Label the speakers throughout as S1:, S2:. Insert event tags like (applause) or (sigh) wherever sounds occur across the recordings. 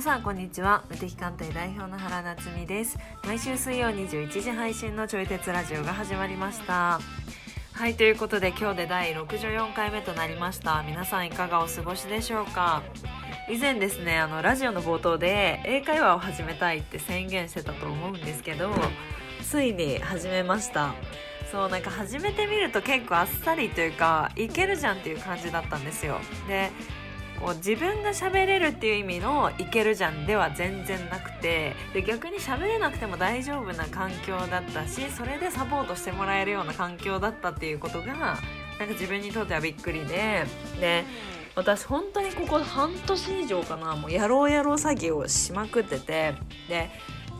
S1: さんこんにちは無敵艦隊代表の原夏実です毎週水曜21時配信のちょい鉄ラジオが始まりましたはいということで今日で第64回目となりました皆さんいかがお過ごしでしょうか以前ですねあのラジオの冒頭で英会話を始めたいって宣言してたと思うんですけどついに始めましたそうなんか始めてみると結構あっさりというかいけるじゃんっていう感じだったんですよでこう自分が喋れるっていう意味の「いけるじゃん」では全然なくてで逆に喋れなくても大丈夫な環境だったしそれでサポートしてもらえるような環境だったっていうことがなんか自分にとってはびっくりでで私本当にここ半年以上かなもうやろうやろう詐欺をしまくっててで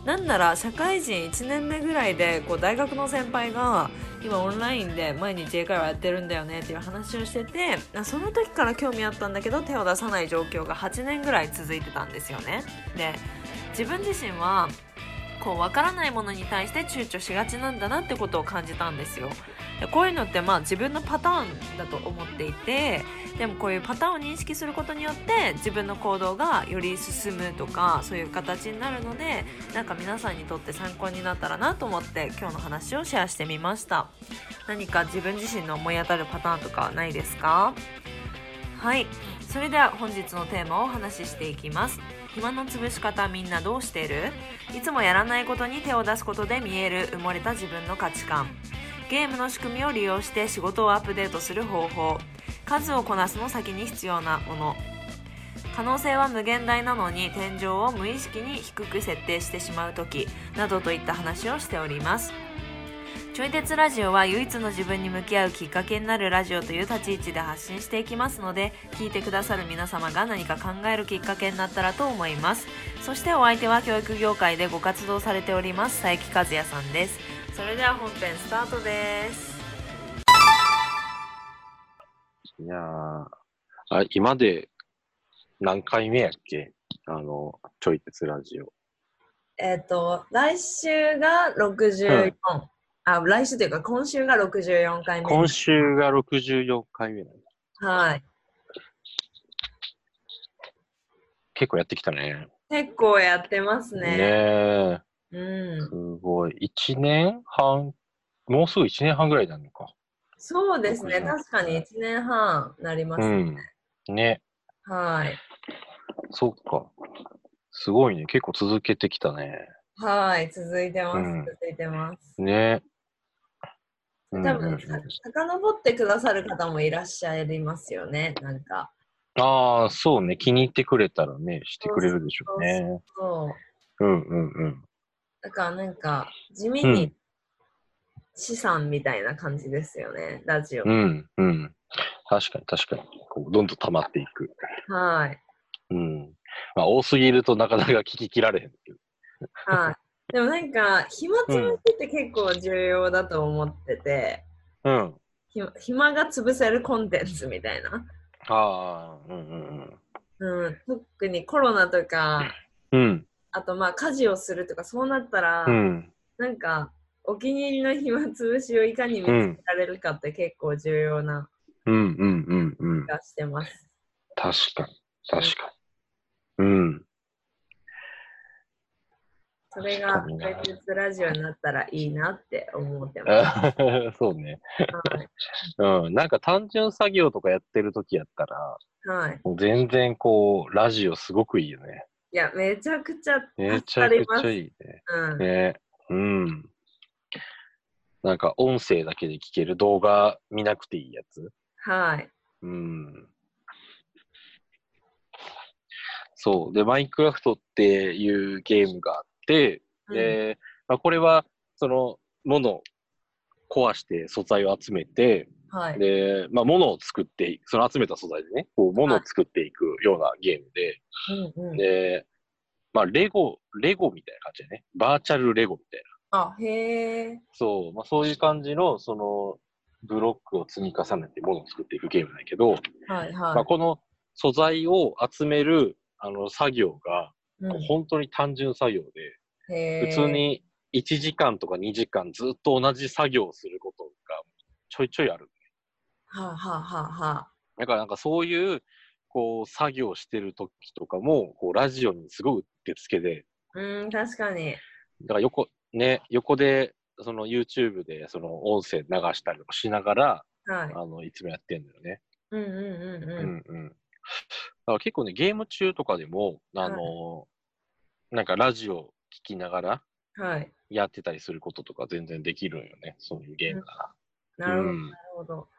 S1: なんなら社会人1年目ぐらいでこう大学の先輩が今オンラインで毎日英会話やってるんだよねっていう話をしててあその時から興味あったんだけど手を出さない状況が8年ぐらい続いてたんですよねで自分自身はこう分からないものに対して躊躇しがちなんだなってことを感じたんですよでこういうのってまあ自分のパターンだと思っていてでもこういうパターンを認識することによって自分の行動がより進むとかそういう形になるのでなんか皆さんにとって参考になったらなと思って今日の話をシェアしてみました何か自分自身の思い当たるパターンとかないですかはいそれでは本日のテーマをお話ししていきます暇の潰し方みんなどうしてるいつもやらないことに手を出すことで見える埋もれた自分の価値観ゲームの仕組みを利用して仕事をアップデートする方法数をこなすの先に必要なもの可能性は無限大なのに天井を無意識に低く設定してしまう時などといった話をしておりますちょい鉄ラジオは唯一の自分に向き合うきっかけになるラジオという立ち位置で発信していきますので聞いてくださる皆様が何か考えるきっかけになったらと思いますそしてお相手は教育業界でご活動されております佐伯和也さんですそれでは本編スタートです
S2: いやーあ、今で何回目やっけあの、ちょい鉄ラジオ。
S1: えっ、と、来週が64、あ、来週というか、今週が64回目。
S2: 今週が64回目なんだ。
S1: はい。
S2: 結構やってきたね。
S1: 結構やってます
S2: ね
S1: ね。
S2: え
S1: うん。
S2: すごい。1年半、もうすぐ1年半ぐらいなのか。
S1: そうですね。
S2: 僕も
S1: 確かに1年半なります
S2: う
S1: ね。
S2: ん。ね、
S1: はい。
S2: そっか。すごいね。結構続けてきたね。
S1: はい。続いてます。
S2: うん
S1: 続いてます。
S2: ね。多
S1: 多分、さ遡ってくださる方もいらっしゃいますよね。なんか。
S2: ああ、そうね。気に入ってくれたらね、してくれるでしょうね。
S1: そう。
S2: うんうんうん。
S1: だからなんか、地味
S2: う
S1: に資産みたいな感じですよね。ラジオ。
S2: うんうん。確かに確かに。こうどんどん溜まっていく。
S1: はい。
S2: うん。まあ多すぎるとなかなか聞き切られへんけど。
S1: はい。でもなんか、暇つぶしって結構重要だと思ってて、
S2: うん。
S1: ひ暇が潰せるコンテンツみたいな。
S2: ああ、うんうん
S1: うん、特にコロナとか、
S2: うん。うん。
S1: あとまあ家事をするとか、そうなったら、
S2: うん。
S1: なんか、お気に入りの暇つぶしをいかに見つけられるかって結構重要な
S2: うんうんうんうん
S1: 気。がしてます。
S2: 確かに。確かに。うん。
S1: それが
S2: 確かにな
S1: 解説ラジオになったらいいなって思ってます。
S2: あ (laughs) そうね。 (laughs)
S1: はい
S2: うん。なんか単純作業とかやってる時やったら、
S1: はい。
S2: もう全然こう、ラジオすごくいいよね。
S1: いや、めちゃくちゃ
S2: め
S1: 助
S2: ちゃ
S1: かり
S2: く
S1: ま
S2: ち
S1: す。
S2: ゃ
S1: う
S2: いいね。
S1: ん。
S2: ね。うん。なんか音声だけで聞ける動画見なくていいやつ。
S1: はい。
S2: うん。そう。で、マインクラフトっていうゲームがあって、で、まあ、これは、その、ものを壊して素材を集めて、
S1: うんはい。
S2: で、まあ、ものを作っていく、その集めた素材でね、こう、ものを作っていくようなゲームで、
S1: うんうん、
S2: で、まあ、レゴ、レゴみたいな感じでね、バーチャルレゴみたい
S1: あ、
S2: な。
S1: へえ。
S2: そう、まあ、そういう感じの、その、ブロックを積み重ねてものを作っていくゲームなんやけど、
S1: はいはい。
S2: まあ、この素材を集めるあの作業が、
S1: うん
S2: 本当に単純作業で、
S1: へー
S2: 普通に1時間とか2時間ずっと同じ作業をすることがちょいちょいある。
S1: はあはあはあはあ
S2: だからなんかそういうこう、作業してる時とかも、こう、ラジオにすごいうってつけで、
S1: うん、確かに。
S2: だから横、ね、横で、その YouTube で、その音声流したりとかしながら、
S1: はい。
S2: あの、いつもやってんだよね。
S1: うんうんうん
S2: う
S1: うん
S2: んうん。だから結構ね、ゲーム中とかでも、あの、なんかラジオ聞きながら
S1: はい。
S2: やってたりすることとか全然できるんよね。そういうゲームな
S1: な
S2: ら。
S1: るほ
S2: う。
S1: ど、なんるほど。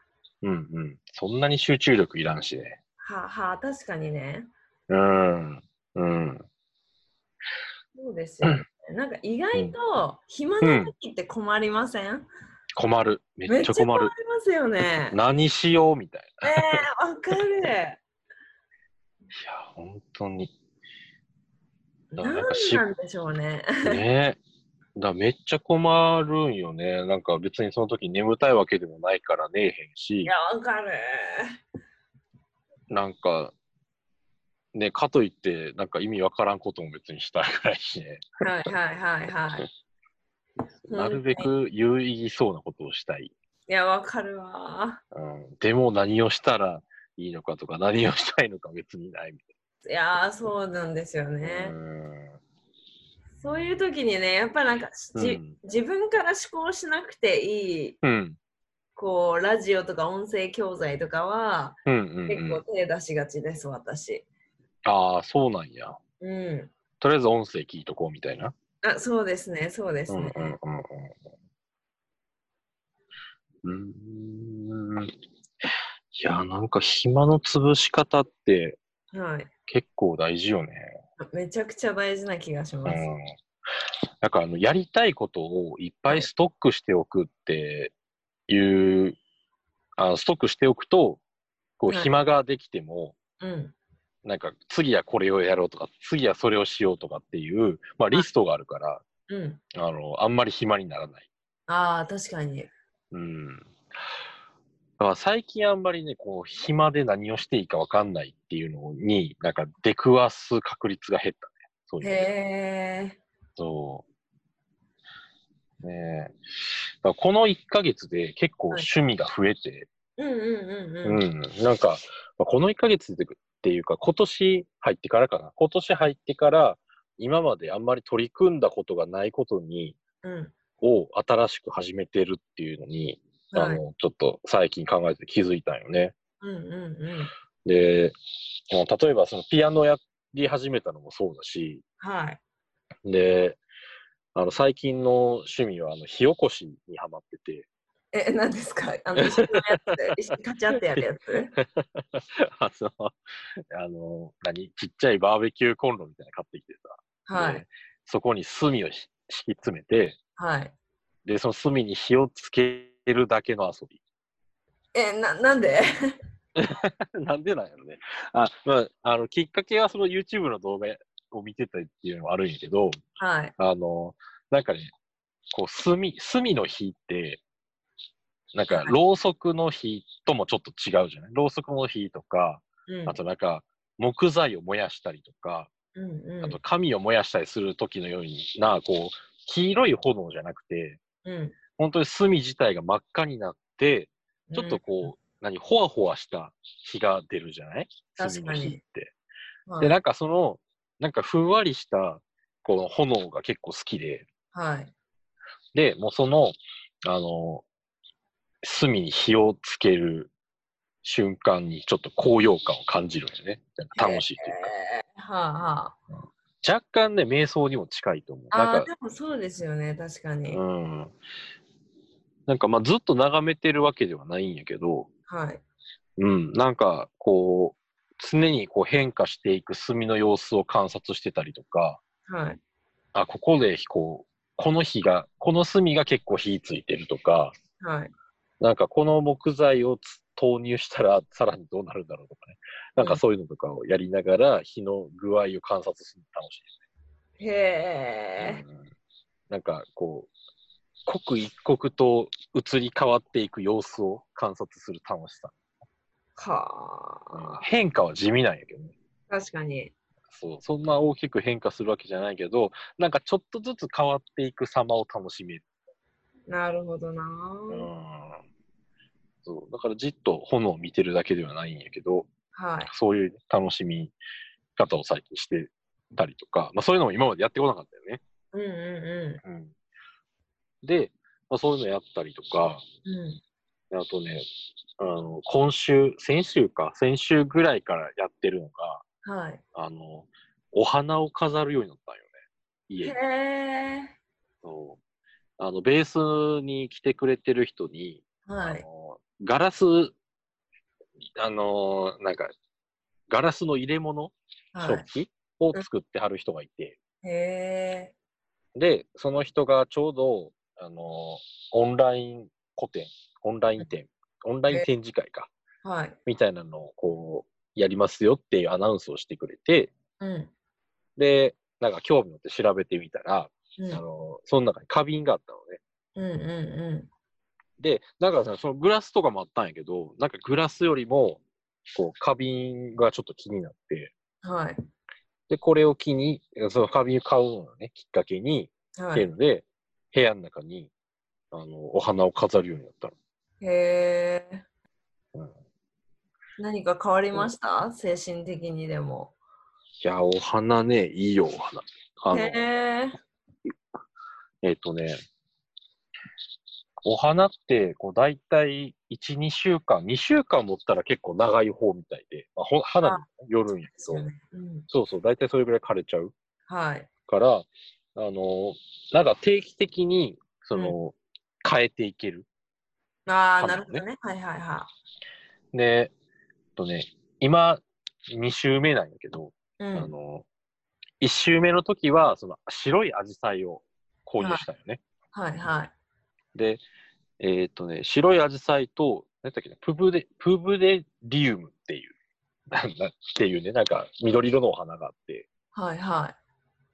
S2: うんうん。そんなに集中力いらんしね。
S1: はあ、はあ、確かにね。
S2: うん。うん。
S1: そうですよ、ね。なんか意外と暇な時って困りません、
S2: 困る。め
S1: め
S2: っ
S1: っ
S2: ち
S1: ちゃ
S2: ゃ
S1: 困
S2: 困
S1: り
S2: る
S1: ま。すよね。
S2: 何しようみたい
S1: えー、わかる。
S2: な。いや、本当に。
S1: な
S2: (laughs) なん
S1: ん
S2: かし
S1: なんでしょうね。
S2: ねだからめっちゃ困るんよね。なんか別にその時眠たいわけでもないからねえへん
S1: い
S2: し
S1: や、、わかる。
S2: なんか、ね、かといって、なんか意味わからんことも別にしたくないしね。
S1: はいはいはいはい。
S2: (laughs) なるべ
S1: うん。い
S2: く有意義そうなことをしたい。
S1: や、わかるわ。
S2: うん、でも何をしたらいいのかとか、何をしたいのか別にないみ
S1: いやー、そうなんですよ
S2: たいな。
S1: ね。
S2: うん
S1: そういう時にね、やっぱなんかし、じ
S2: うん
S1: 自分から思考しなくていい、
S2: うん。
S1: こう、ラジオとか音声教材とかは、
S2: うんうん
S1: 結
S2: う
S1: 構
S2: ん。
S1: 手出しがちです、私。
S2: ああ、そうなんや。
S1: うん。
S2: とりあえず音声聞いとこうみたいな。
S1: あ、そうですね、そうです
S2: うんうん
S1: ね。
S2: うんうん。うーん。いや、なんか暇の潰し方って
S1: はい。
S2: 結構大事よね。
S1: めちゃくちゃ大事な気がし
S2: う
S1: ます。
S2: ん。なんかあの、やりたいことをいっぱいストックしておくっていう、あストックしておくと、こう、
S1: はい
S2: 暇ができても、
S1: うん。
S2: なんか次はこれをやろうとか、次はそれをしようとかっていう、まあリストがあるから、
S1: うん。
S2: あの、あんまり暇にならない。
S1: ああ、確かに。
S2: うん。だから最近あんまりね、こう、暇で何をしていいかわかんないっていうのに、なんか出くわす確率が減ったね。そういう意味で。
S1: へえ。
S2: そう。ねえ。だからこの1ヶ月で結構
S1: はい
S2: 趣味が増えて、
S1: うんうんうんうん。
S2: うん。なんか、まあこの1ヶ月でっていうか、今年入ってからかな。今年入ってから、今まであんまり取り組んだことがないことに、
S1: うん
S2: を新しく始めてるっていうのに、あ
S1: はい。
S2: の、ちょっと最近考えて気づいたんよね。
S1: うんうんうん。
S2: で、もう例えばそのピアノやり始めたのもそうだし、
S1: はい。
S2: で、あの、最近の趣味は、あの、火起こしにハマってて、 (laughs)
S1: え、何ですかあの、石のやつ。石カチャってやるやつ。
S2: (laughs) あの、あの、何ちっちゃいバーベキューコンロみたいなの買ってきてさ、
S1: は
S2: で
S1: い。
S2: そこに炭をひ敷き詰めて、
S1: はい。
S2: で、その炭に火をつけるだけの遊び。 (laughs)
S1: え、な、なんで
S2: なんでなんやろね。あ、まあ、あの、きっかけはその YouTube の動画を見てたっていうのもあるんやけど、
S1: はい。
S2: あの、なんかね、こう、炭、炭の火って、なんか
S1: は、い
S2: ろうそくの火ともちょっと違うじゃないろうそくの火とか、
S1: うん
S2: あとなんか、木材を燃やしたりとか、
S1: うんうん
S2: あと紙を燃やしたりする時のような、こう、黄色い炎じゃなくて、
S1: うん
S2: 本当に炭自体が真っ赤になって、ちょっとこう、何、ほわほわした火が出るじゃない炭
S1: 確
S2: の
S1: かに
S2: 火って。
S1: うん。は
S2: で、
S1: い
S2: なんかその、なんかふんわりした、この炎が結構好きで、
S1: はい。
S2: で、もうその、あの、炭に火をつける瞬間にちょっと高揚感を感じるんだよね。楽しいというか。
S1: えーはあはあ。
S2: 若干ね、瞑想にも近いと思う。
S1: あ
S2: な
S1: あ、
S2: ん
S1: で
S2: か、
S1: もそうですよね、確かに。
S2: うん。なんかまあずっと眺めてるわけではないんやけど、
S1: はい。
S2: うん、なんかこう、常にこう変化していく炭の様子を観察してたりとか、
S1: はい。
S2: あ、ここでこう、この火が、この炭が結構火ついてるとか、
S1: はい。
S2: なんかこの木材をつ投入したらさらにどうなるんだろうとかね。なん
S1: う
S2: か
S1: ん
S2: そういうのとかをやりながら火の具合を観察するの楽しい
S1: へ
S2: です
S1: え
S2: ね。。うんなんかこう、刻一刻と移り変わっていく様子を観察する楽しさ。
S1: はあ。
S2: 変化は地味なんやけどね。
S1: 確かに。
S2: そう、そんな大きく変化するわけじゃないけど、なんかちょっとずつ変わっていく様を楽しめる。
S1: なるほどな。
S2: うんそう、だからじっと炎を見てるだけではないんやけど、
S1: はい。
S2: そういう楽しみ方を最近してたりとか、まあ、そういうのも今までやってこなかったよね。
S1: うんう
S2: うん、で、まあ、そういうのやったりとか、
S1: んうん。うん。
S2: あとね、あの今週、先週か、先週ぐらいからやってるのが、
S1: はい。
S2: あの、お花を飾るようになったんよね。家
S1: へ
S2: に。
S1: え。
S2: そうあの、ベースに来てくれてる人に、
S1: は
S2: あ
S1: い。
S2: のガラス、あの、なんか、ガラスの入れ物、
S1: は
S2: 食器を作ってはる人がいて、
S1: い。へえ。
S2: で、その人がちょうど、あの、オンライン個展、オンライン展、オンライン展示会か、
S1: はい。
S2: みたいなのをこう、やりますよっていうアナウンスをしてくれて、
S1: うん。
S2: で、なんか興味持って調べてみたら、
S1: うん
S2: あの、その中に花瓶があったの
S1: う
S2: ね。
S1: んう
S2: で、なんかさ、そのグラスとかもあったんやけど、なんかグラスよりも、こう、花瓶がちょっと気になって、
S1: んうん。はい。
S2: で、これを機に、その花瓶を買うのをね、きっかけに、っ
S1: は
S2: ていう
S1: い。
S2: ので、部屋の中に、あの、お花を飾るようになったの。
S1: へえ。
S2: うん
S1: 何か変わりました精神的にでも。
S2: いや、お花ね、いいよ、お花。あの、
S1: へえ。
S2: えっ、とね、お花って、こう、だいたい1、2週間、2週間持ったら結構長い方みたいで、まあ、ほ花によるんやけど、
S1: うん。
S2: そうそう、だいたいそれぐらい枯れちゃう。
S1: はい。
S2: から、あの、なんか定期的に、その、変えていける。
S1: ああ、
S2: 花
S1: な
S2: を
S1: る
S2: ね
S1: ほどね。はいはいは
S2: で、とね、今、2週目なんだけど、
S1: い。う
S2: あ
S1: ん。
S2: の、1週目の時は、その白いアジサイを購入したよね。
S1: はいはい。
S2: で、えっ、とね、白いアジサイと、なんだっけな、プブデ、プブデリウムっていう、なんだっていうね、なんか緑色のお花があって、
S1: はいは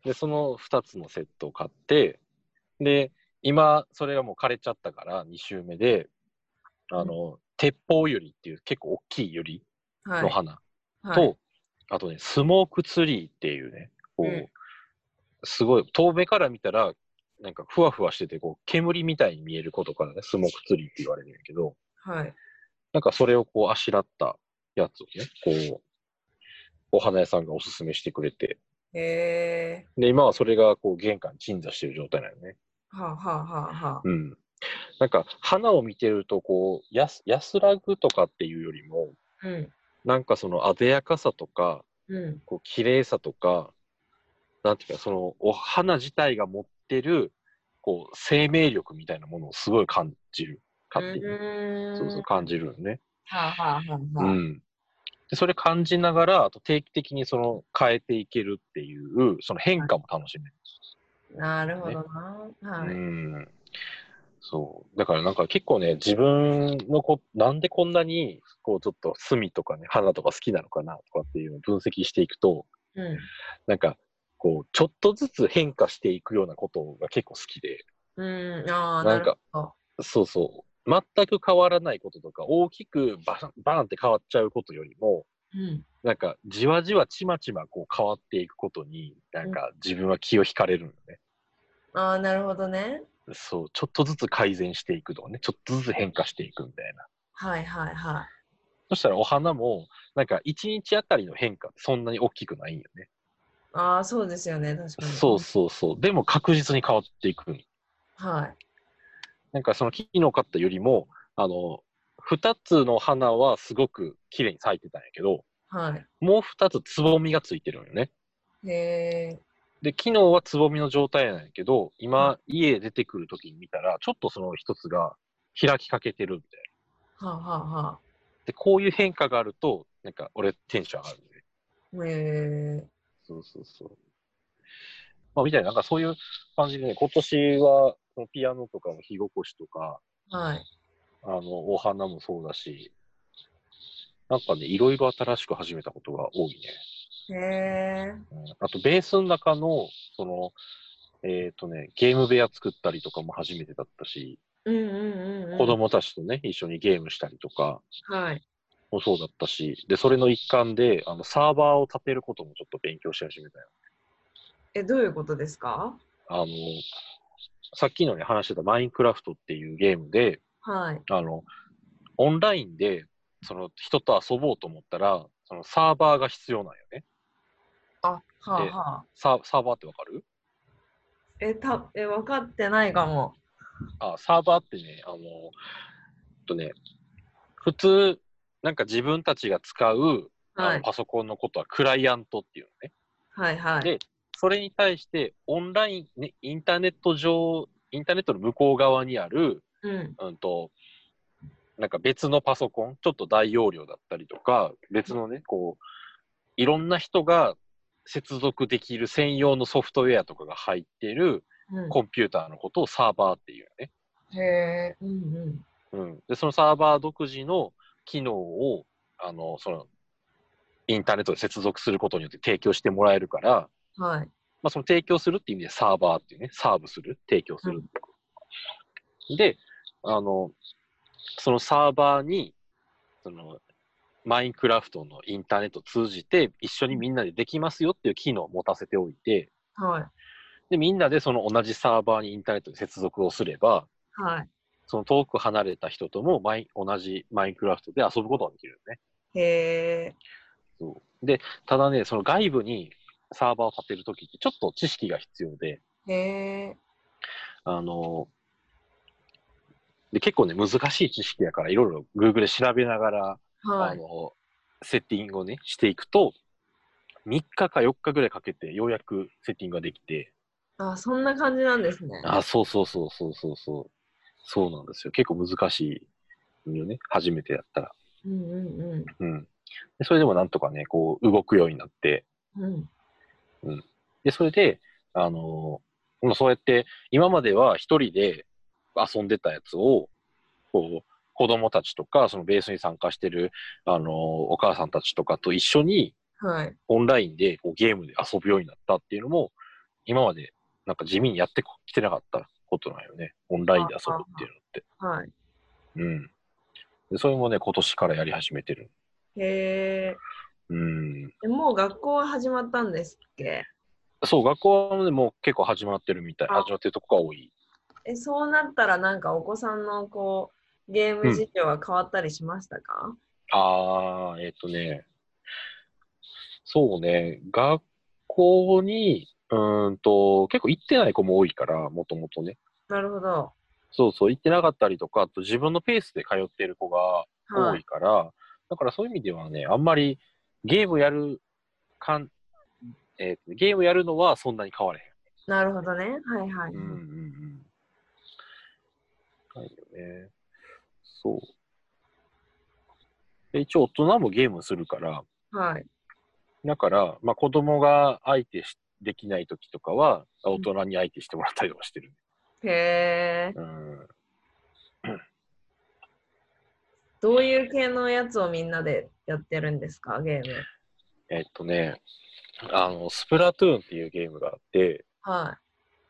S2: で、その2つのセットを買って、で、今、それがもう枯れちゃったから、2週目で、あの、鉄砲ユリっていう結構大きいユリ
S1: い。はい。
S2: の花と、
S1: はい。
S2: あとね、スモークツリーっていうね、こう、
S1: うん
S2: すごい、遠目から見たら、なんかふわふわしてて、こう、煙みたいに見えることからね、スモークツリーって言われるんやけど、
S1: はい。
S2: なんかそれをこう、あしらったやつをね、こう、お花屋さんがおすすめしてくれて、
S1: へえ。
S2: で、今はそれがこう、玄関に鎮座してる状態なのね。
S1: はあはあはあはあ。
S2: うん。なんか、花を見てると、こう、やす安らぐとかっていうよりも、
S1: うん。
S2: なんかその、艶やかさとか、
S1: うん。
S2: こう綺麗さとか、なんていうか、そのお花自体が持ってるこう生命力みたいなものをすごい感じる。勝手に
S1: う
S2: そうそう感じるよね。
S1: はあはあはあ
S2: う
S1: はあ。
S2: んでそれ感じながら、あと定期的にその変えていけるっていう、その変化も楽しめる。
S1: なるほどな。は
S2: う
S1: い。
S2: んそう。だからなんか結構ね、自分のこ、なんでこんなに、こうちょっと墨とかね、花とか好きなのかなとかっていうのを分析していくと、
S1: うん。
S2: なんか、こう、ちょっとずつ変化していくようなことが結構好きで、
S1: うん、ああ、
S2: な
S1: なんる
S2: か
S1: ほど。
S2: そうそう、全く変わらないこととか、大きくバンバーンって変わっちゃうことよりも、
S1: うん、
S2: なんか、じわじわちまちまこう変わっていくことに、なんか自分は気を引かれるのね。
S1: ああ、なるほどね。
S2: そう、ちょっとずつ改善していくとかね、ちょっとずつ変化していくみたいな。
S1: はいはいは
S2: そしたらお花も、なんか一日あたりの変化ってそんなに大きくないんよね。
S1: い。ああ、そうですよね、確かに。
S2: そうそうそう。でも確実に変わっていくの
S1: はい。
S2: なんかその木のカットよりも、あの、二つの花はすごく綺麗に咲いてたんやけど、
S1: は
S2: もう二つつぼみがついてるんよね。
S1: い。へえ。
S2: で、昨日はつぼみの状態なんやけど、今、家出てくる時に見たら、ちょっとその一つが開きかけてるみたい
S1: はあはあは
S2: な。で、こういう変化があると、なんか俺テンション上がるね。
S1: あ。へえ。
S2: そうそうそう。まあ、みたいな、なんかそういう感じでね、今年は、そのピアノとかの火起こしとか、
S1: はい。
S2: あの、お花もそうだし、なんかね、いろいろ新しく始めたことが多い
S1: へ
S2: ね。
S1: え。
S2: うん、あと、ベースの中の、その、えっ、とね、ゲーム部屋作ったりとかも初めてだったし、
S1: うんうんうん、うん。
S2: 子。供たちとね、一緒にゲームしたりとか
S1: はい。
S2: もそうだったし、で、それの一環で、あの、サーバーを立てることもちょっと勉強し始めたよ。
S1: え、どういうことですか
S2: あの、さっきのね、話してたマインクラフトっていうゲームで、
S1: はい。
S2: あの、オンラインで、その人と遊ぼうと思ったら、そのサーバーが必要なんよね。
S1: あ、はあ、はあ。
S2: サーサーバーってわかる
S1: え、た、え、分かってないかも。
S2: あ、サーバーってね、あの、えっとね、普通、なんか自分たちが使う、あ
S1: は
S2: の
S1: い。
S2: パソコンのことはクライアントっていうのね。
S1: はいはい。
S2: でそれに対して、オンライン、ね、インターネット上、インターネットの向こう側にある、
S1: うん。
S2: うんと、なんか別のパソコン、ちょっと大容量だったりとか、別のね、こう、いろんな人が接続できる専用のソフトウェアとかが入ってる
S1: うん、
S2: コンピューターのことをサーバーっていうよね。
S1: へえ。うんうん。
S2: うん。で、そのサーバー独自の機能を、あの、その、インターネットで接続することによって提供してもらえるから、
S1: はい。
S2: まあ、その提供するっていう意味でサーバーっていうね、サーブする、提供する。で、あの、そのサーバーに、その、マインクラフトのインターネットを通じて、一緒にみんなでできますよっていう機能を持たせておいて、
S1: はい。
S2: で、みんなでその同じサーバーにインターネットで接続をすれば、
S1: は
S2: その遠く離れた人ともマイン同じマインクラフトで遊ぶことができるよね。
S1: い。へえ。
S2: そうで、ただね、その外部にサーバーを立てるときってちょっと知識が必要で、
S1: へえ。
S2: あの、で、結構ね、難しい知識やから、いろいろ Google で調べながら、
S1: は
S2: あ
S1: い。
S2: の、セッティングをね、していくと、3日か4日ぐらいかけて、ようやくセッティングができて、
S1: あ、そんな感じなんですね。
S2: あ、そうそうそうそうそうそう、そうなんですよ。結構難しいよね、初めてやったら。
S1: うんうんうん。
S2: うん。でそれでもなんとかね、こう、動くようになって、
S1: うん、
S2: で、それで、あのーまあそうやって、今までは一人で遊んでたやつを、こう、子供たちとか、そのベースに参加してる、あのーお母さんたちとかと一緒に、
S1: はい。
S2: オンラインでこうゲームで遊ぶようになったっていうのも、今までなんか地味にやってきてなかったことなんよね。オンラインで遊ぶっていうのって。
S1: はい。
S2: うん。でそれもね、今年からやり始めてる。
S1: へ
S2: うん。
S1: え。もう学校は始まったんですっけ
S2: そう、学校はね、もう結構始まってるみたい。
S1: あ
S2: 始まってるとこが多い。
S1: え、そうなったらなんかお子さんのこう、ゲーム事情は変わったりしましたか、
S2: ああ、えっ、とね、そうね、学校に、うーんと、結構行ってない子も多いから、もともとね。
S1: なるほど。
S2: そうそう、行ってなかったりとか、あと自分のペースで通ってる子が多
S1: はいい。
S2: から、だからそういう意味ではね、あんまりゲームやるかん、えーとゲームやるのはそんなに変われ
S1: なるほどね。はいは
S2: へ
S1: い。
S2: ん。うんうんうん。ないよね。そう。で一応大人もゲームするから、
S1: はい。
S2: だから、まあ、子供が相手しできない時とかは、大人に相手してもらったりとかしてる。
S1: へえ。
S2: うん。
S1: どういう系のやつをみんなでやってるんですかゲーム。
S2: えっとね、あの、スプラトゥーンっていうゲームがあって、
S1: は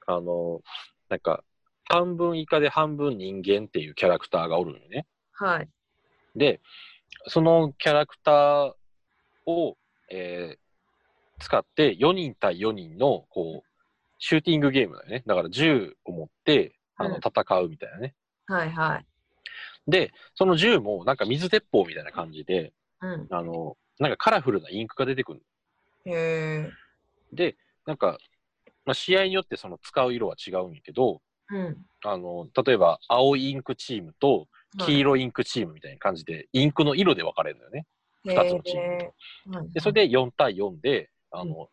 S2: あの、なんか、半分イカで半分人間っていうキャラクターがおるのよね。
S1: い。はい。
S2: で、そのキャラクターを、えー使って4人対4人の、こう、シューティングゲームだよね。だから銃を持って、あ
S1: う
S2: の、
S1: ん
S2: 戦うみたいなね。
S1: はいはい。
S2: で、その銃もなんか水鉄砲みたいな感じで、
S1: うん。
S2: あの、なんかカラフルなインクが出てくる。
S1: へえ。
S2: で、なんか、まあ、試合によってその使う色は違うんやけど、
S1: うん。
S2: あの、例えば青いインクチームと黄色いインクチームみたいな感じで、インクの色で分かれるのよね。
S1: はい
S2: 二つのチーム
S1: へえはい。
S2: で、それで4対4で、あの、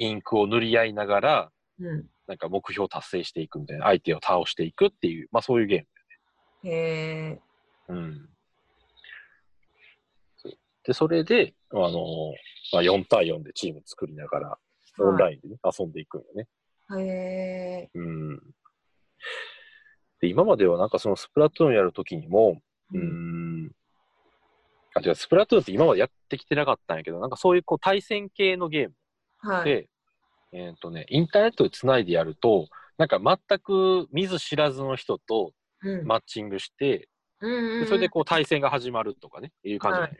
S2: インクを塗り合いながら、
S1: うん。
S2: なんか目標を達成していくみたいな、相手を倒していくっていう、まあそういうゲーム。
S1: へえ。
S2: うんで、それで、あのーまあ、4対4でチーム作りながら、オンラインで、ね遊んでいくんよね。
S1: はい。へえ。
S2: うん。で、今まではなんかそのスプラトゥーンやるときにも、うーん、あ、違う、スプラトゥーンって今までやってきてなかったんやけど、なんかそういうこう対戦系のゲーム
S1: はい。
S2: で、えっ、とね、インターネットでつないでやると、なんか全く見ず知らずの人と
S1: うん
S2: マッチングして、
S1: うんうんう
S2: で
S1: ん
S2: それでこう対戦が始まるとかね、いう感じなのよ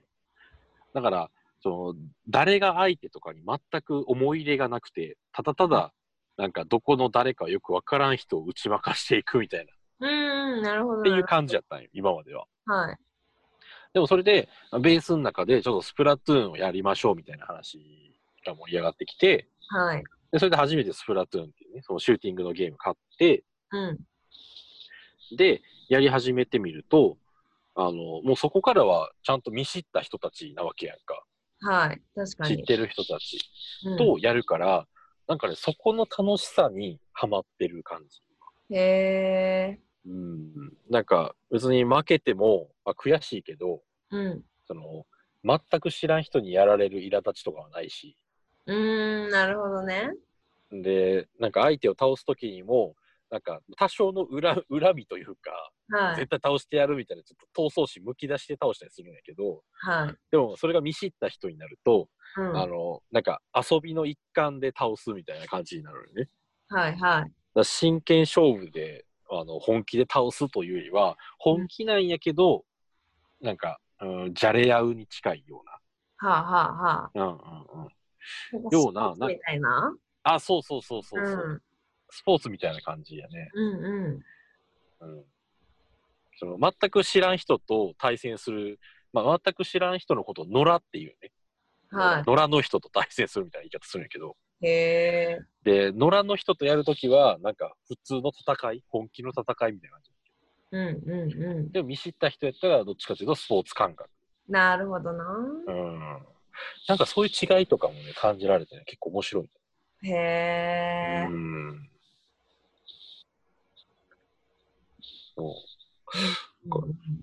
S2: だから、その、誰が相手とかに全く思い入れがなくて、ただただ、なんかどこの誰かよくわからん人を打ち負かしていくみたいな、
S1: うんうん、なるほど。
S2: っていう感じやったんよ、今までは。
S1: はい。
S2: でもそれで、ベースの中でちょっとスプラトゥーンをやりましょうみたいな話が盛り上がってきて、
S1: はい。
S2: でそれで初めてスプラトゥーンっていうね、そのシューティングのゲーム買って、
S1: うん。
S2: で、やり始めてみると、あの、もうそこからはちゃんと見知った人たちなわけやんか。
S1: はい。確か
S2: 知っ
S1: に。
S2: てる人たち
S1: うん
S2: とやるから、なんかね、そこの楽しさにハマってる感じ。
S1: へえ。
S2: うん。なんか、別に負けても、あ、悔しいけど、
S1: うん。
S2: その、全く知らん人にやられる苛立ちとかはないし、
S1: うーん、なるほどね。
S2: で、なんか相手を倒すときにも、なんか多少の恨恨みというか、
S1: はい。
S2: 絶対倒してやるみたいな、ちょっと闘争心むき出して倒したりするんやけど、
S1: はい。
S2: でもそれが見知った人になると、
S1: うん。
S2: あの、なんか遊びの一環で倒すみたいな感じになるよね。だか
S1: はい。はい。
S2: ら真剣勝負で、あの、本気で倒すというよりは、本気なんやけど、なんか、うん、じゃれ合うに近いよ
S1: はあ、はあ、はあ。
S2: うな。うんうんうん。よ
S1: よ
S2: うななんか
S1: みたいな。
S2: あ、そうそうそうそううそう、
S1: ん。
S2: スポーツみたいな感じやね。
S1: うん。うん。
S2: うんその全く知らん人と対戦する、まあ、全く知らん人のことを野良っていうね、
S1: は
S2: 野良の人と対戦するみたいな言い方するんやけど、
S1: い。へえ。
S2: で、野良の人とやるときは、なんか普通の戦い、本気の戦いみたいな感じ。
S1: うん。うん。うん。
S2: でも見知った人やったら、どっちかというとスポーツ感覚。
S1: なるほどな。
S2: うん。なんかそういう違いとかもね、感じられてね、結構面白い。
S1: へえ
S2: う。ん。そう。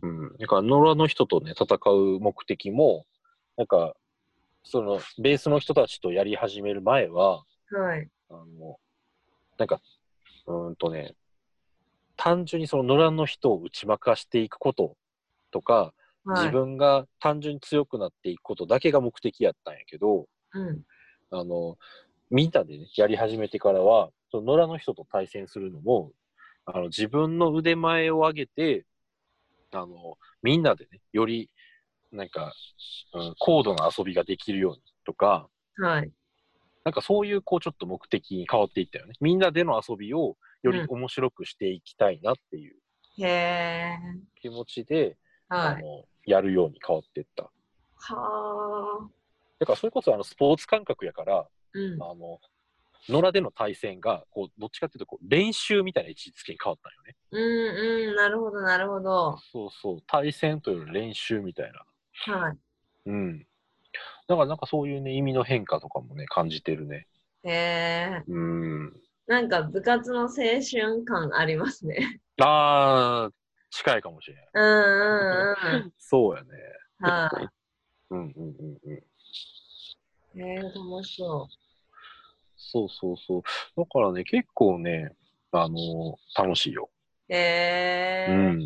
S2: うん、なんか野良の人とね戦う目的もなんかそのベースの人たちとやり始める前は
S1: はい。
S2: あのなんかうーんとね単純にその野良の人を打ち負かしていくこととか、
S1: はい。
S2: 自分が単純に強くなっていくことだけが目的やったんやけど
S1: うん。
S2: あのみんなでねやり始めてからはその野良の人と対戦するのもあの自分の腕前を上げてあのみんなでねよりなんか、うん、高度な遊びができるようにとか
S1: はい。
S2: なんかそういうこうちょっと目的に変わっていったよねみんなでの遊びをより
S1: うん
S2: 面白くしていきたいなっていう
S1: へえ。
S2: 気持ちで、
S1: は
S2: あ
S1: い。
S2: のやるように変わっていった
S1: はあ。
S2: だからそれこそあのスポーツ感覚やから
S1: うん。
S2: あの、野良での対戦が、こう、どっちかっていうと、こう、練習みたいな位置づけに変わったんよね。
S1: うん。うん。なるほど、なるほど。
S2: そうそう。対戦というより練習みたいな。
S1: はい。
S2: うん。だからなんかそういうね、意味の変化とかもね、感じてるね。
S1: へえ。
S2: うん。
S1: なんか部活の青春感ありますね。 (laughs)
S2: あー、近いかもしれない。
S1: うんうんうん。
S2: そうやね。
S1: は
S2: うんうんうんうん。
S1: い。へえ、楽しそ
S2: そうそうそう。だからね、結構ね、あの楽しいよ。
S1: う。へえ、
S2: うん。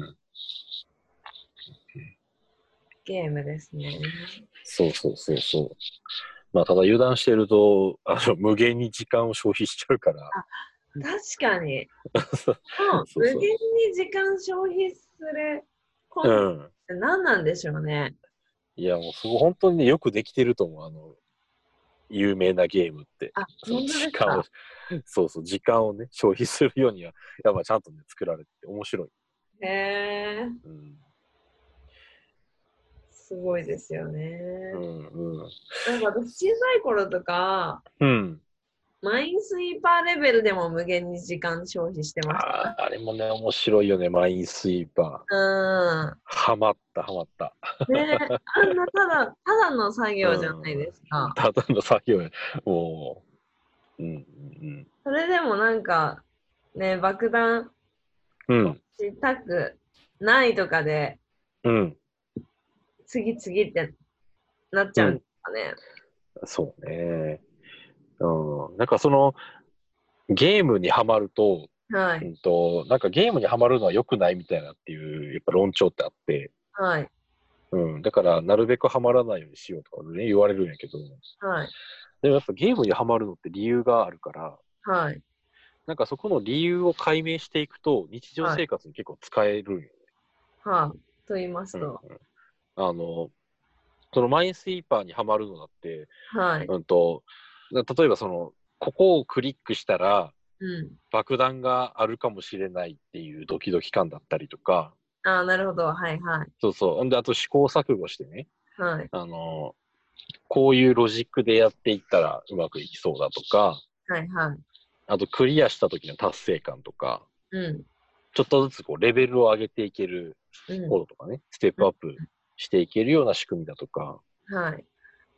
S1: ゲームですね。
S2: そうそうそうそう。まあ、ただ油断してると、あの、無限に時間を消費しちゃうから。
S1: 確かに。う
S2: (laughs)
S1: ん
S2: そうそう
S1: 無限に時間消費するコンテンツっ
S2: うん。
S1: て何なんでしょうね。
S2: いや、もうすごい、本当にね、よくできてると思う、あの、有名なゲームって。
S1: あ、
S2: その
S1: 本当です
S2: 時間を (laughs)
S1: か。、
S2: そうそう、時間をね、消費するようには、やっぱちゃんとね、作られてて、面白い。
S1: へえ、
S2: うん。
S1: すごいですよね。
S2: うん、うん。
S1: なんか私小さい頃とか、
S2: うん。
S1: マインスイーパーレベルでも無限に時間消費して
S2: あ
S1: まし
S2: あ、あれもね、面白いよね、マインスイーパー。
S1: た。うん。
S2: ハマった、ハマった。
S1: ねえ、あんなただ、ただの作業じゃないですか。
S2: ただの作業や。もう、うん、うん、
S1: それでもなんか、ね、爆弾
S2: うん。うん、
S1: したくないとかで、
S2: うん。
S1: 次々ってなっちゃうんですかね。
S2: そうね。うん。なんかその、ゲームにはまると、
S1: は
S2: う
S1: い、
S2: んと、なんかゲームにはまるのは良くないみたいなっていう、やっぱ論調ってあって、
S1: はい、
S2: うん、だから、なるべくはまらないようにしようとかね、言われるんやけど、
S1: はい、
S2: でもやっぱゲームにはまるのって理由があるから、
S1: はい。
S2: なんかそこの理由を解明していくと、日常生活に結構使えるんよ、
S1: はい、と言います
S2: うん
S1: と、
S2: あの、そのマインスイーパーにはまるのだって、
S1: はい、
S2: うんと、な例えばその、ここをクリックしたら、
S1: うん。
S2: 爆弾があるかもしれないっていうドキドキ感だったりとか、
S1: ああ、なるほど。はいはい。
S2: そうそう。んで、あと試行錯誤してね、
S1: はい。
S2: あのこういうロジックでやっていったらうまくいきそうだとか、
S1: はいはい。
S2: あとクリアした時の達成感とか、
S1: うん。
S2: ちょっとずつこうレベルを上げていける
S1: うん。
S2: こととかね、ステップアップしていけるような仕組みだとか、
S1: はい。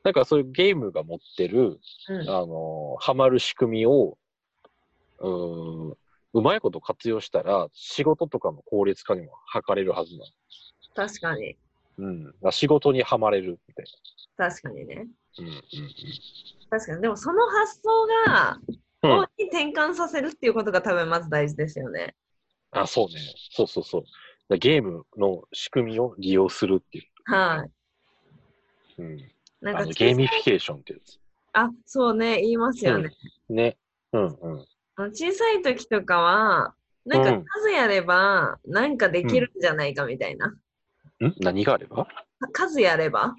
S2: なんかそういうゲームが持ってる、
S1: うん。
S2: あのハマる仕組みを、うーん、うまいこと活用したら、仕事とかの効率化にも図れるはずな
S1: 確かに。
S2: の。うん。だから仕事にはまれるみたい
S1: 確かにね。
S2: な。うんうん
S1: 確かに。でもその発想が、
S2: うん
S1: こうに転換させるっていうことが多分まず大事ですよね。
S2: あ、そうね。そうそうそう。だからゲームの仕組みを利用するっていう。
S1: はい。
S2: うん。
S1: なん
S2: あ
S1: か
S2: の、ゲーミフィケーションってやつ。
S1: あ、そうね、言いますよね。
S2: ね。うんうん。
S1: あの小さい時とかは、なんか
S2: うん
S1: 数やれば、なんかできるんじゃないかみたいな。
S2: ん何があれば
S1: か数やれば、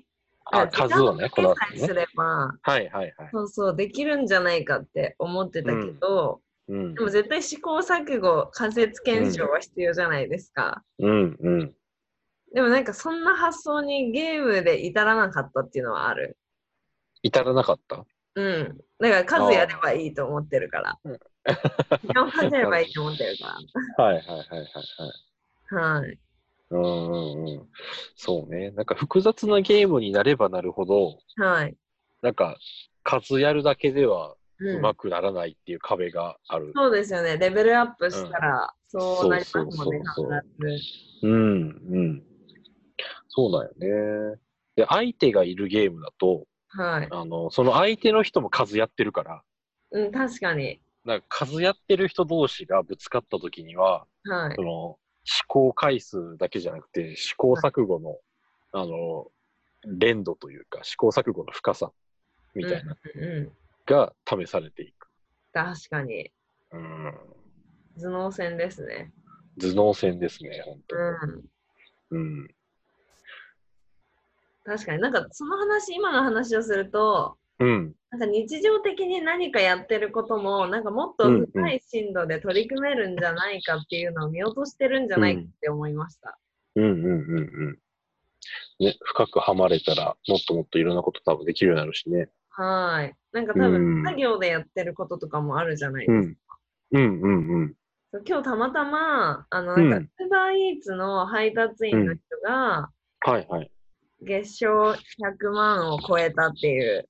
S2: あ、
S1: 時間
S2: 数をね、こだわって
S1: 計算す
S2: ね。
S1: れば、
S2: はいはいはい。
S1: そうそう、できるんじゃないかって思ってたけど、
S2: うん
S1: で。も絶対試行錯誤、仮説検証は必要じゃないですか。
S2: うんうん。
S1: でもなんかそんな発想にゲームで至らなかったっていうのはある。
S2: 至らなかった
S1: うん。だから数やればいいと思ってるから
S2: うん。
S1: 時間を数えればいいと思ってるか
S2: はいはいはいはいはい。
S1: ら。はい。
S2: うんうんうん。そうね。なんか複雑なゲームになればなるほど、
S1: はい。
S2: なんか数やるだけでは
S1: う
S2: うんまくならないっていう壁がある。
S1: そうですよね。レベルアップしたら、そうなりますもんね、
S2: そうそうそう
S1: 必
S2: うんうん。そうだよね。で、相手がいるゲームだと、
S1: ず。はい。
S2: あの、その相手の人も数やってるから、
S1: うん、確かに。
S2: なんか数やってる人同士がぶつかった時には、
S1: はい
S2: そ。の、試行回数だけじゃなくて、試行錯誤の、あの、連度というか、試行錯誤の深さみたいな
S1: うんうん。
S2: が試されていく。
S1: 確かに。
S2: うん。
S1: 頭脳戦ですね。
S2: 頭脳戦ですね、本当
S1: うん。
S2: うん。
S1: 確かになんかその話、今の話をすると、
S2: うん。
S1: なんか日常的に何かやってることも、なんかもっと
S2: うんうん
S1: 深い深度で取り組めるんじゃないかっていうのを見落としてるんじゃないかって思いました。
S2: うんうんうんうん。ね、深くはまれたら、もっともっといろんなこと多分できるようになるしね。
S1: はい。なんか多
S2: うん
S1: 分、作業でやってることとかもあるじゃないですか。
S2: ん。うんうんうん。
S1: そう今日たまたま、あの、
S2: う
S1: なんんか、ウーバーイーツの配達員の人が、
S2: はいはい。
S1: 月賞100万を超えたっていう、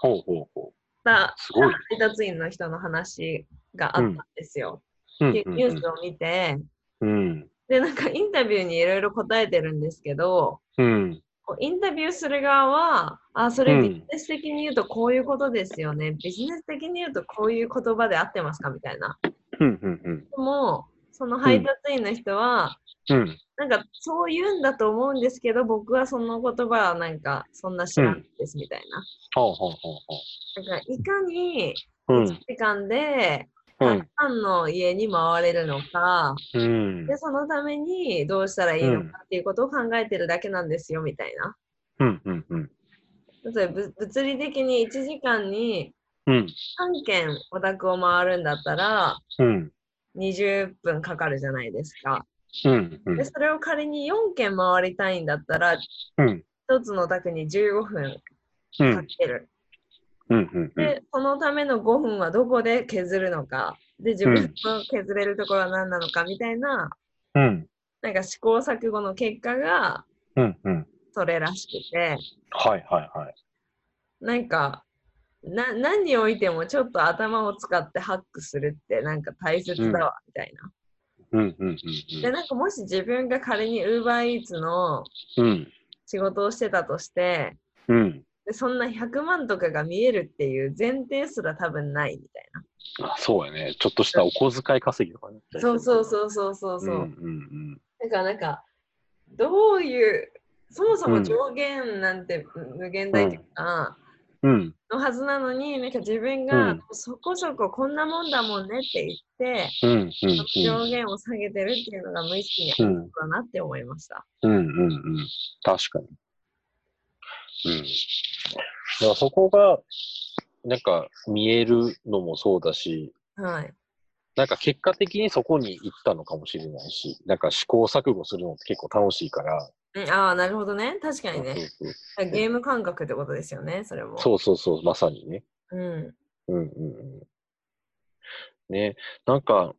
S2: ほうほうほ
S1: た
S2: すごい
S1: 配達員の人の話があったんですよ。
S2: う。う
S1: ってい
S2: ん
S1: ううんニュース
S2: う
S1: を見て、
S2: ん。
S1: で、なんかインタビューにいろいろ答えてるんですけど、
S2: うん。
S1: こうインタビューする側は、あ、そ
S2: うん
S1: れビジネス的に言うとこういうことですよね。ビジネス的に言うとこういう言葉で合ってますかみたいな。
S2: うんうんうん。
S1: でも、その配達員の人は、
S2: うん。
S1: なんかそう言うんだと思うんですけど、僕はその言葉はなんかそんな知らないですみたいな。
S2: ほうほうほう
S1: なんかいかに
S2: ほう。う
S1: 1
S2: ん。
S1: 時間で
S2: う
S1: た
S2: ん
S1: く。さんの家に回れるのか、
S2: うん。
S1: でそのためにどうしたらいいのかっていうことを考えてるだけなんですよみたいな。
S2: うんうんうん。
S1: 例えばぶ物理的に1時間に
S2: うん。
S1: 3軒お宅を回るんだったら
S2: うん。
S1: 20分かかるじゃないですか。
S2: うん。うん
S1: でそれを仮に4軒回りたいんだったら
S2: うん。
S1: 1つのお宅に15分
S2: う
S1: か
S2: ん。
S1: ける。
S2: うん。うん。
S1: で、そのための5分はどこで削るのか、で、自分の削れるところは何なのかみたいな、
S2: うん。
S1: なんか試行錯誤の結果が
S2: うん。うん。
S1: それらしくて、
S2: はいはいはい。
S1: なんか、な何においてもちょっと頭を使ってハックするってなんか大切だわ、みたいな。
S2: うんうんうん
S1: で、なんかもし自分が仮に UberEats の
S2: うん。うん。
S1: 仕事をしてたとして、
S2: うん。
S1: でそんな100万とかが見えるっていう前提すら多分ないみたい
S2: あ、そうやね。ちょっとしたお小遣い稼ぎとかね。
S1: な。そうそう
S2: う
S1: そうそうそうそう。
S2: うんうん
S1: だからなんかどういうそもそうも
S2: ん
S1: 上限なんて無限大というか、
S2: うん。うん。
S1: のはずなのになんか自分
S2: う
S1: が、
S2: ん
S1: そこそここんなもんだもんねって言って、
S2: うんうん
S1: 上限を下げてるっていうのが無意識にあ
S2: う
S1: る
S2: ん。
S1: だなって思いました。
S2: うんうんうん。確かに。うん。だからそこが、なんか見えるのもそうだし、
S1: はい。
S2: なんか結果的にそこに行ったのかもしれないし、なんか試行錯誤するのって結構楽しいから、
S1: うん、ああ、なるほどね。確かにね。
S2: そう
S1: ゲーム感覚ってことですよね、それも。
S2: そうそうそうそう、まさにね。
S1: う。うん。
S2: うんうんうん。ね、なんか、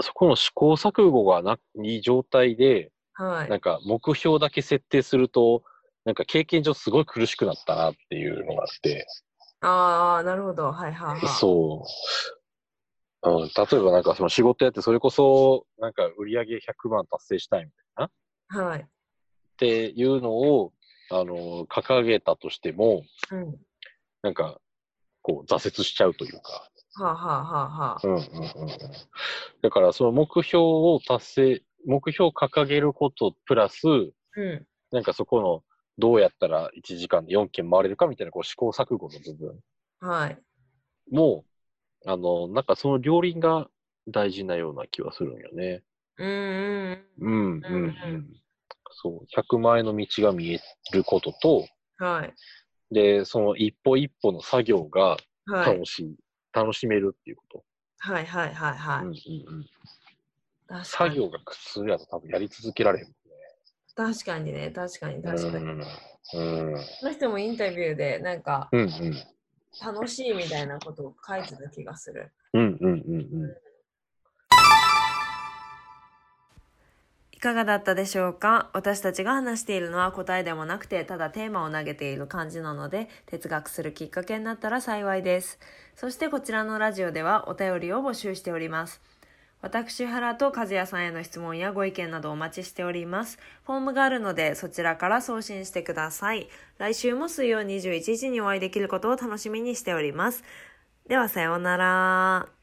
S2: そこの試行錯誤がないい状態で、
S1: はい。
S2: なんか目標だけ設定すると、なんか経験上すごい苦しくなったなっていうのがあって、
S1: ああ、なるほど。はいはいはい。
S2: そう。うん、例えばなんかその仕事やってそれこそなんか売り上げ100万達成したいみたいなっ
S1: はい。
S2: ていうのをあの掲げたとしても
S1: うん。は
S2: なんかこう挫折しちゃうというか、
S1: あ、はあはあはあ
S2: う、んうんうんうん、だからその目標を達成目標を掲げることプラス
S1: うん。
S2: なんかそこのどうやったら1時間で4件回れるかみたいなこう試行錯誤の部分
S1: はい。
S2: もう、あの、なんかその両輪が大事なような気はするんよね。
S1: うんうん
S2: うん、うん、う
S1: うんうん
S2: ん。そう、100万円の道が見えることと、
S1: うん。はい。
S2: で、その一歩一歩の作業が
S1: はい。
S2: 楽しい、楽しめるっていうこ
S1: はいはいはい
S2: と。
S1: はい
S2: うん。うんうん、
S1: 確か
S2: 作
S1: に。
S2: 業が苦痛やと多分やり続けられへん
S1: 確かにね。確かに
S2: もん
S1: 確かに。
S2: ね。うん。
S1: その人もインタビューでなんか
S2: うんうん。
S1: 楽しいみたいなことを書いてた気がする。
S2: うんうんうんうん。
S1: いかがだったでしょうか私たちが話しているのは答えでもなくてただテーマを投げている感じなので哲学するきっかけになったら幸いですそしてこちらのラジオではお便りを募集しております私原と和也さんへの質問やご意見などお待ちしておりますフォームがあるのでそちらから送信してください来週も水曜21時にお会いできることを楽しみにしておりますではさようなら